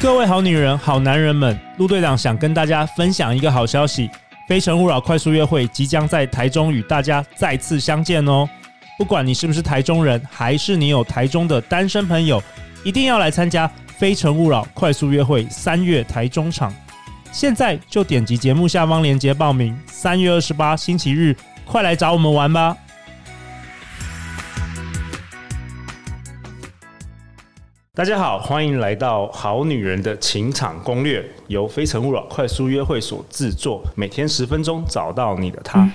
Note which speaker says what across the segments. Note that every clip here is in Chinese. Speaker 1: 各位好女人、好男人们，陆队长想跟大家分享一个好消息，《非诚勿扰》快速约会即将在台中与大家再次相见哦！不管你是不是台中人，还是你有台中的单身朋友，一定要来参加《非诚勿扰》快速约会三月台中场。现在就点击节目下方链接报名，三月二十八星期日，快来找我们玩吧！大家好，欢迎来到《好女人的情场攻略》，由《非诚勿扰》快速约会所制作，每天十分钟，找到你的他。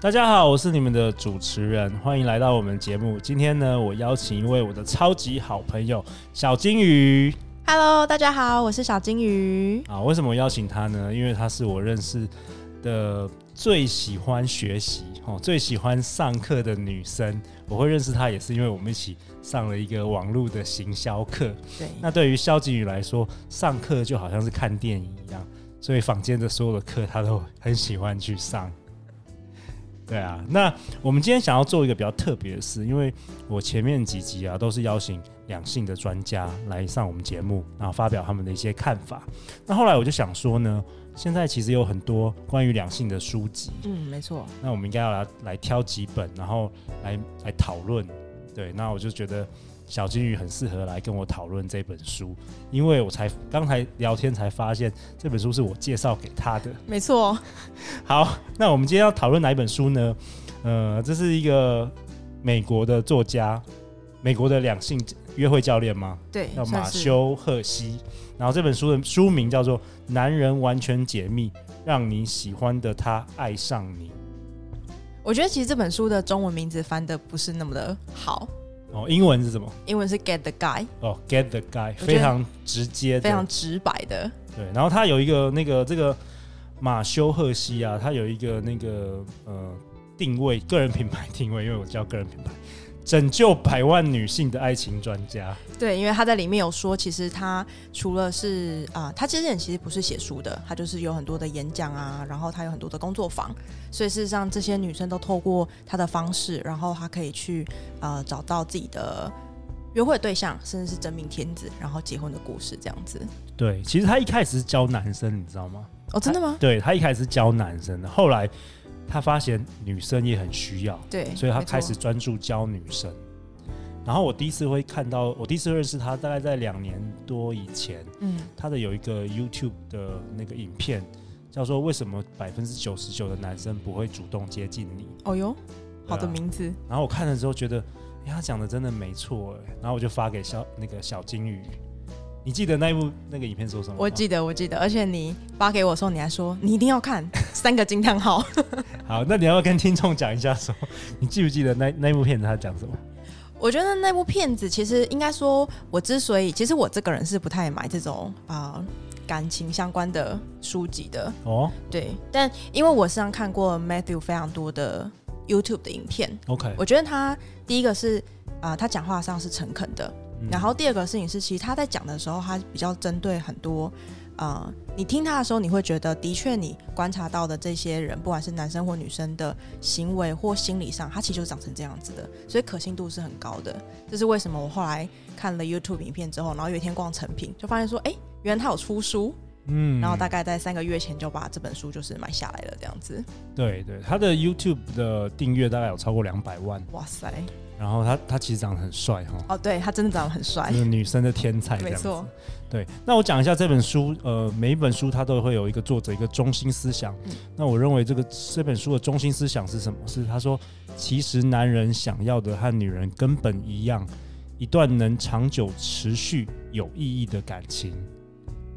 Speaker 1: 大家好，我是你们的主持人，欢迎来到我们节目。今天呢，我邀请一位我的超级好朋友小金鱼。
Speaker 2: Hello，大家好，我是小金鱼。
Speaker 1: 啊，为什么邀请他呢？因为他是我认识的最喜欢学习哦，最喜欢上课的女生。我会认识她也是因为我们一起上了一个网络的行销课。
Speaker 2: 对，
Speaker 1: 那对于萧景宇来说，上课就好像是看电影一样，所以坊间的所有的课他都很喜欢去上。 对啊，那我们今天想要做一个比较特别的事，因为我前面几集啊都是邀请两性的专家来上我们节目，然后发表他们的一些看法。那后来我就想说呢，现在其实有很多关于两性的书籍，
Speaker 2: 嗯，没错，
Speaker 1: 那我们应该要来来挑几本，然后来来讨论。对，那我就觉得小金鱼很适合来跟我讨论这本书，因为我才刚才聊天才发现这本书是我介绍给他的。
Speaker 2: 没错，
Speaker 1: 好， 那我们今天要讨论哪一本书呢？呃，这是一个美国的作家，美国的两性约会教练吗？
Speaker 2: 对，
Speaker 1: 叫
Speaker 2: 算
Speaker 1: 马
Speaker 2: 是
Speaker 1: 修·赫西。然后这本书的书名叫做《男人完全解密》，让你喜欢的他爱上你。
Speaker 2: 我觉得其实这本书的中文名字翻的不是那么的好，
Speaker 1: 哦，英文是什么？
Speaker 2: 英文是 Get the Guy，
Speaker 1: 哦，get the guy，
Speaker 2: 我觉得
Speaker 1: 非常直接的，
Speaker 2: 非常直白的。
Speaker 1: 对。然后他有一个那个这个马修赫西啊，他有一个那个呃定位个人品牌定位，因为我叫个人品牌，拯救百万女性的爱情专家。
Speaker 2: 对，因为他在里面有说，其实他除了是啊、他其实人其实不是写书的，他就是有很多的演讲啊，然后他有很多的工作坊，所以事实上这些女生都透过他的方式，然后他可以去呃找到自己的约会对象，甚至是真命天子，然后结婚的故事这样子。
Speaker 1: 对，其实他一开始是教男生，你知道吗？
Speaker 2: 哦，真的吗？
Speaker 1: 对他一开始是教男生的，后来他发现女生也很需要，
Speaker 2: 对，
Speaker 1: 所以他
Speaker 2: 没错
Speaker 1: 开始专注教女生。然后我第一次会看到，我第一次认识他大概在两年多以前。
Speaker 2: 嗯，
Speaker 1: 他的有一个 YouTube 的那个影片，叫做“为什么百分之九十九的男生不会主动接近你
Speaker 2: 哦哟，”。好的
Speaker 1: 对啊
Speaker 2: 名字，
Speaker 1: 然后我看了之后觉得，哎、他讲的真的没错哎。然后我就发给小那个小金鱼，你记得那一部那个影片说什么吗？
Speaker 2: 我记得，我记得，而且你发给我的时候，你还说你一定要看 三个惊叹号。
Speaker 1: 好，那你要不要跟听众讲一下说，你记不记得那那一部片子他讲什么？
Speaker 2: 我觉得那部片子其实应该说，我之所以其实我这个人是不太买这种啊、感情相关的书籍的，
Speaker 1: 哦
Speaker 2: 对，但因为我身上看过 Matthew 非常多的 YouTube 的影片，
Speaker 1: ，OK，
Speaker 2: 我觉得他第一个是啊、他讲话上是诚恳的，
Speaker 1: 嗯
Speaker 2: 然后第二个事情是，其实他在讲的时候，他比较针对很多，呃，你听他的时候，你会觉得的确你观察到的这些人，不管是男生或女生的行为或心理上，他其实就是长成这样子的，所以可信度是很高的。这是为什么我后来看了 YouTube 影片之后，然后有一天逛成品，就发现说，哎，原来他有出书，
Speaker 1: 嗯
Speaker 2: 然后大概在三个月前就把这本书就是买下来了，这样子。
Speaker 1: 对对，他的 YouTube 的订阅大概有超过两百万，
Speaker 2: 哇塞，
Speaker 1: 然后他他其实长得很帅哈、
Speaker 2: 哦，对他真的长得很帅
Speaker 1: 就，是女生的天才，嗯这
Speaker 2: 没
Speaker 1: 样子。
Speaker 2: 错，
Speaker 1: 对，那我讲一下这本书，呃，每一本书它都会有一个作者一个中心思想。
Speaker 2: 嗯
Speaker 1: 那我认为这个这本书的中心思想是什么？是他说，其实男人想要的和女人根本一样，一段能长久持续有意义的感情。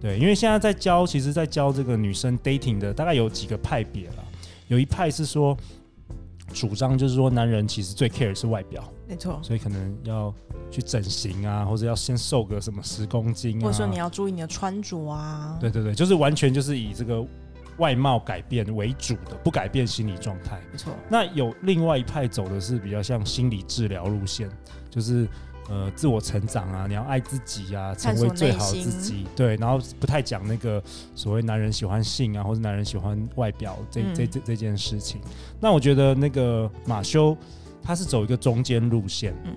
Speaker 1: 对，因为现在在教，其实在教这个女生 dating 的大概有几个派别了，有一派是说主张就是说男人其实最 care 是外表，
Speaker 2: 没错。
Speaker 1: 所以可能要去整形啊，或者要先瘦个什么十公斤啊，
Speaker 2: 或者说你要注意你的穿着啊，
Speaker 1: 对对对，就是完全就是以这个外貌改变为主的，不改变心理状态。
Speaker 2: 没错，
Speaker 1: 那有另外一派走的是比较像心理治疗路线，就是呃自我成长啊，你要爱自己啊，成
Speaker 2: 探索
Speaker 1: 为最好
Speaker 2: 内
Speaker 1: 的
Speaker 2: 心
Speaker 1: 自己。对，然后不太讲那个所谓男人喜欢性啊，或者男人喜欢外表这、这
Speaker 2: 嗯
Speaker 1: 这这件事情。那我觉得那个马修他是走一个中间路线，
Speaker 2: 嗯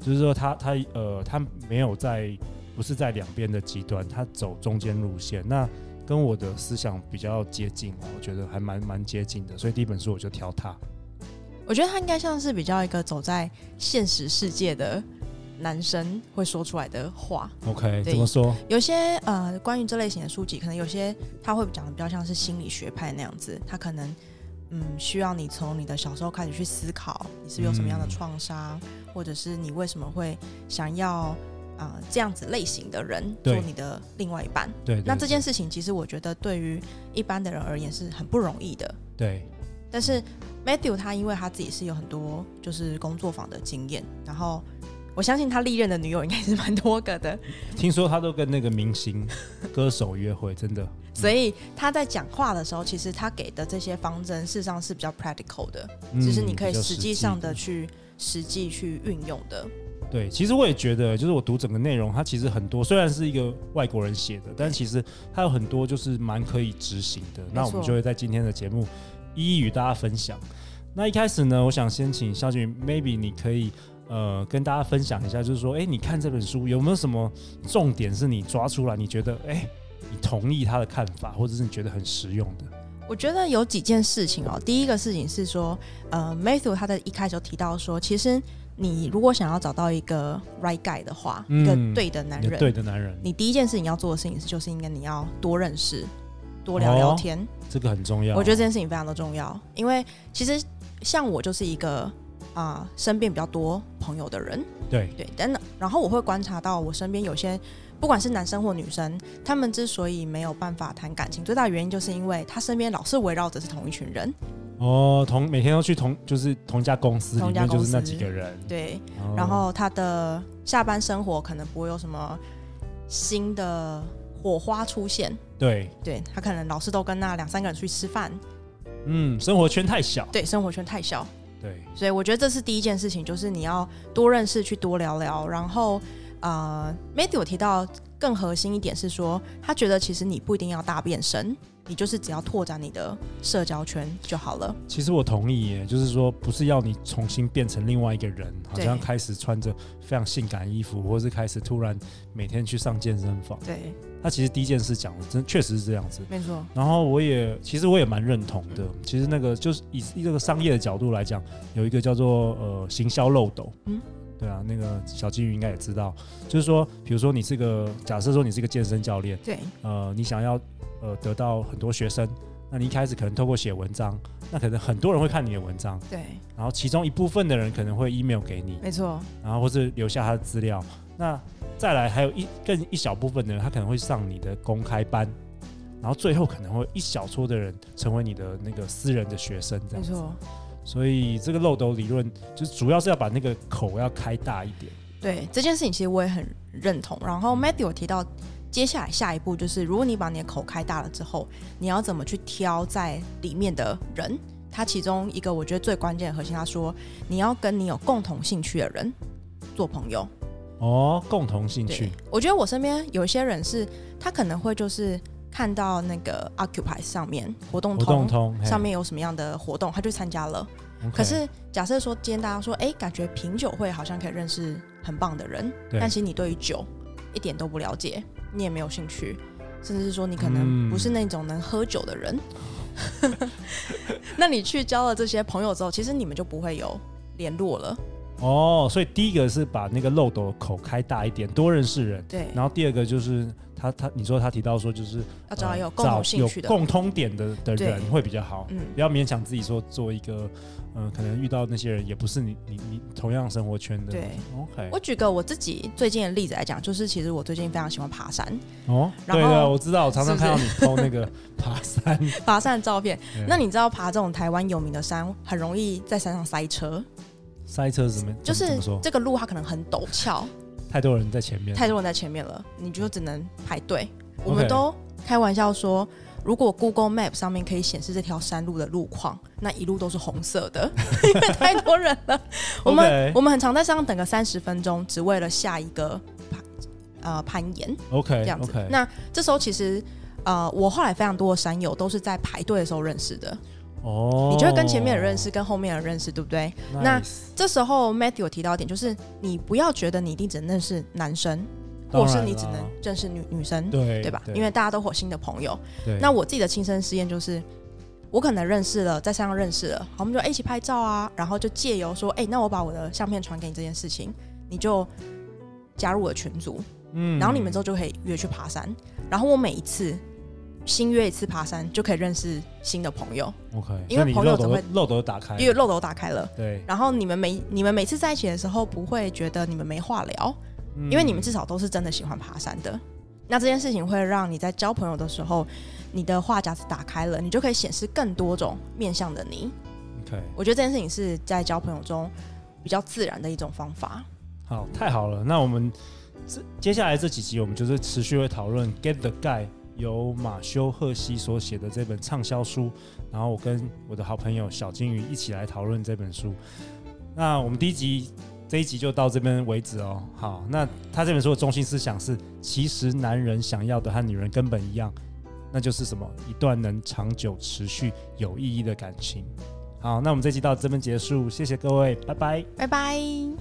Speaker 1: 就是说他他呃他没有在不是在两边的极端，他走中间路线。那跟我的思想比较接近啊，我觉得还蛮蛮接近的，所以第一本书我就挑他。
Speaker 2: 我觉得他应该像是比较一个走在现实世界的男生会说出来的话。
Speaker 1: OK，
Speaker 2: 对
Speaker 1: 怎么说？
Speaker 2: 有些呃，关于这类型的书籍，可能有些他会讲的比较像是心理学派那样子，他可能嗯需要你从你的小时候开始去思考，你是不是有什么样的
Speaker 1: 嗯
Speaker 2: 创伤，或者是你为什么会想要啊、呃这样子类型的人做
Speaker 1: 对
Speaker 2: 你的另外一半。
Speaker 1: 对，
Speaker 2: 那
Speaker 1: 对
Speaker 2: 这件事情，其实我觉得对于一般的人而言是很不容易的。
Speaker 1: 对
Speaker 2: 但是 Matthew 他因为他自己是有很多就是工作坊的经验，然后我相信他历任的女友应该是蛮多个的，
Speaker 1: 听说他都跟那个明 星歌手约会，真的。
Speaker 2: 所以他在讲话的时候，其实他给的这些方针事实上是比较 practical 的，
Speaker 1: 嗯
Speaker 2: 就是你可以
Speaker 1: 比较
Speaker 2: 实际上的
Speaker 1: 际
Speaker 2: 去实际去运用的。
Speaker 1: 对，其实我也觉得，就是我读整个内容，它其实很多，虽然是一个外国人写的，但其实它有很多就是蛮可以执行的。那我们就会在今天的节目一一与大家分享。那一开始呢，我想先请肖俊，maybe 你可以呃跟大家分享一下，就是说，哎，你看这本书有没有什么重点是你抓出来，你觉得哎你同意他的看法，或者是你觉得很实用的？
Speaker 2: 我觉得有几件事情哦，第一个事情是说，呃，Matthew 他在一开始就提到说，其实你如果想要找到一个 right guy 的话，
Speaker 1: 嗯
Speaker 2: 一个对的男
Speaker 1: 你的
Speaker 2: 人，
Speaker 1: 对的男人，
Speaker 2: 你第一件事情要做的事情是，就是应该你要多认识，多聊聊天。
Speaker 1: 这个很重要。
Speaker 2: 我觉得这件事情非常的重要，因为其实像我就是一个啊、身边比较多朋友的人，
Speaker 1: 对，
Speaker 2: 对，但然后我会观察到我身边有些不管是男生或女生，他们之所以没有办法谈感情，最大的原因就是因为他身边老是围绕着是同一群人，
Speaker 1: 哦，同每天都去同就是同一家公司
Speaker 2: 同
Speaker 1: 里
Speaker 2: 一家
Speaker 1: 面
Speaker 2: 公
Speaker 1: 就
Speaker 2: 司
Speaker 1: 是那几个人，
Speaker 2: 对，
Speaker 1: 哦
Speaker 2: 然后他的下班生活可能不会有什么新的火花出现，
Speaker 1: 对，
Speaker 2: 对他可能老是都跟那两三个人出去吃饭，
Speaker 1: 嗯，生活圈太小，
Speaker 2: 对，生活圈太小，
Speaker 1: 对，
Speaker 2: 所以我觉得这是第一件事情，就是你要多认识，去多聊聊。然后，呃，Matthew 有提到更核心一点是说，他觉得其实你不一定要大变身，你就是只要拓展你的社交圈就好了。
Speaker 1: 其实我同意耶，就是说不是要你重新变成另外一个人，好
Speaker 2: 对
Speaker 1: 像开始穿着非常性感衣服，或是开始突然每天去上健身房。
Speaker 2: 对，
Speaker 1: 他其实第一件事讲的真确实是这样子，
Speaker 2: 没错，
Speaker 1: 然后我也其实我也蛮认同的。其实那个就是以以这个商业的角度来讲，有一个叫做呃行销漏斗，
Speaker 2: 嗯
Speaker 1: 嗯，对啊，那个小金鱼应该也知道，就是说，比如说你是个假设说你是个健身教练，
Speaker 2: 对，
Speaker 1: 呃，你想要呃得到很多学生，那你一开始可能透过写文章，那可能很多人会看你的文章，
Speaker 2: 对，
Speaker 1: 然后其中一部分的人可能会 email 给你，
Speaker 2: 没错，
Speaker 1: 然后或是留下他的资料，那再来还有一更一小部分的人，他可能会上你的公开班，然后最后可能会一小撮的人成为你的那个私人的学生这样
Speaker 2: 没
Speaker 1: 子。
Speaker 2: 错，
Speaker 1: 所以这个漏斗理论就是主要是要把那个口要开大一点。
Speaker 2: 对这件事情，其实我也很认同。然
Speaker 1: 嗯
Speaker 2: 后 Matthew 有提到。接下来下一步就是，如果你把你的口开大了之后，你要怎么去挑在里面的人？他其中一个我觉得最关键的核心，他说你要跟你有共同兴趣的人做朋友。
Speaker 1: 哦，共同兴
Speaker 2: 对
Speaker 1: 趣，，
Speaker 2: 我觉得我身边有一些人是，他可能会就是看到那个 Occupy 上面活动
Speaker 1: 活动
Speaker 2: 通
Speaker 1: 通嘿
Speaker 2: 上面有什么样的活动，他就参加了。
Speaker 1: OK，
Speaker 2: 可是假设说今天大家说，哎、感觉品酒会好像可以认识很棒的人，
Speaker 1: 对
Speaker 2: 但其实你对于酒一点都不了解，你也没有兴趣，甚至是说你可
Speaker 1: 嗯
Speaker 2: 能不是那种能喝酒的人， 那你去交了这些朋友之后，其实你们就不会有联络了。
Speaker 1: 哦，所以第一个是把那个漏斗口开大一点，多认识人。
Speaker 2: 对，
Speaker 1: 然后第二个就是他他你说他提到说就是
Speaker 2: 要找到
Speaker 1: 呃
Speaker 2: 有共同兴趣的
Speaker 1: 找有共通点的的
Speaker 2: 对
Speaker 1: 人会比较好，
Speaker 2: 嗯，
Speaker 1: 不要勉强自己说做一个，嗯、可能遇到那些人也不是你你你同样生活圈的。
Speaker 2: 对。
Speaker 1: ，OK，
Speaker 2: 我举个我自己最近的例子来讲，就是其实我最近非常喜欢爬山，
Speaker 1: 哦，
Speaker 2: 然
Speaker 1: 对的，
Speaker 2: 后
Speaker 1: 我知道，我常常
Speaker 2: 是
Speaker 1: 看到
Speaker 2: 不
Speaker 1: 你 PO 那 个爬山。
Speaker 2: 爬山的照片。
Speaker 1: 对
Speaker 2: 那你知道爬这种台湾有名的山，很容易在山上塞车，
Speaker 1: 塞车是什么？
Speaker 2: 就
Speaker 1: 怎
Speaker 2: 是
Speaker 1: 么说？
Speaker 2: 这个路它可能很陡峭，
Speaker 1: 太多人在前面，
Speaker 2: 太多人在前面了，你就只能排队。
Speaker 1: OK
Speaker 2: 我们都开玩笑说，如果 Google Map 上面可以显示这条山路的路况，那一路都是红色的， 因为太多人了。我们
Speaker 1: OK
Speaker 2: 我们很常在山上等个三十分钟，只为了下一个攀呃攀岩这
Speaker 1: OK
Speaker 2: 样子。
Speaker 1: OK，
Speaker 2: 那这时候其实呃，我后来非常多的山友都是在排队的时候认识的，
Speaker 1: 哦，
Speaker 2: 你就会跟前面的认识，跟后面的认识，对不对？那
Speaker 1: nice
Speaker 2: 这时候 Matthew 有提到一点，就是你不要觉得你一定只能认识男生，
Speaker 1: 当
Speaker 2: 或
Speaker 1: 然
Speaker 2: 是你只
Speaker 1: 啦
Speaker 2: 能认识女女生，
Speaker 1: 对
Speaker 2: 对吧？因为大家都会有新的朋友。
Speaker 1: 对
Speaker 2: 那我自己的亲身试验就是，我可能认识了，在山上认识了，好，我们就哎一起拍照啊，然后就借由说，哎，那我把我的相片传给你这件事情，你就加入我的群组，
Speaker 1: 嗯
Speaker 2: 然后你们之后就可以约去爬山。然后我每一次新约一次爬山，就可以认识新的朋友，
Speaker 1: OK，
Speaker 2: 因为
Speaker 1: 那你
Speaker 2: 朋友
Speaker 1: 漏斗
Speaker 2: 总会
Speaker 1: 都漏斗都打开了，
Speaker 2: 因为漏斗打开了。
Speaker 1: 对，
Speaker 2: 然后你们每你们每次在一起的时候，不会觉得你们没话聊，
Speaker 1: 嗯
Speaker 2: 因为你们至少都是真的喜欢爬山的。那这件事情会让你在交朋友的时候，你的话匣子打开了，你就可以显示更多种面向的你。
Speaker 1: OK
Speaker 2: 我觉得这件事情是在交朋友中比较自然的一种方法。
Speaker 1: 好，太好了。那我们这接下来这几集，我们就是持续会讨论《Get the Guy》由马修·赫西所写的这本畅销书，然后我跟我的好朋友小金鱼一起来讨论这本书。那我们第一集这一集就到这边为止哦。好，那他这本书的中心思想是，其实男人想要的和女人根本一样，那就是什么？一段能长久持续有意义的感情。好，那我们这集到这边结束，谢谢各位，拜拜。
Speaker 2: 拜拜。